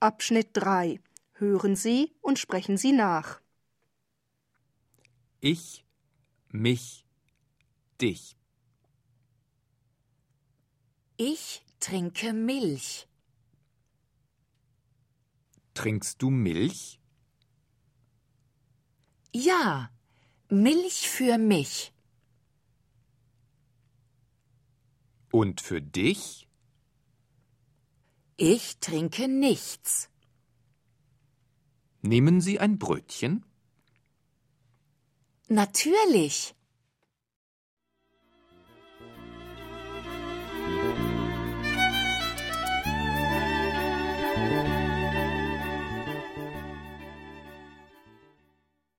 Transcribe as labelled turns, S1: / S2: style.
S1: Abschnitt 3. Hören Sie und sprechen Sie nach.
S2: Ich, mich, dich.
S3: Ich trinke Milch.
S2: Trinkst du Milch?
S3: Ja, Milch für mich.
S2: Und für dich?
S3: Ich trinke nichts.
S2: Nehmen Sie ein Brötchen?
S3: Natürlich.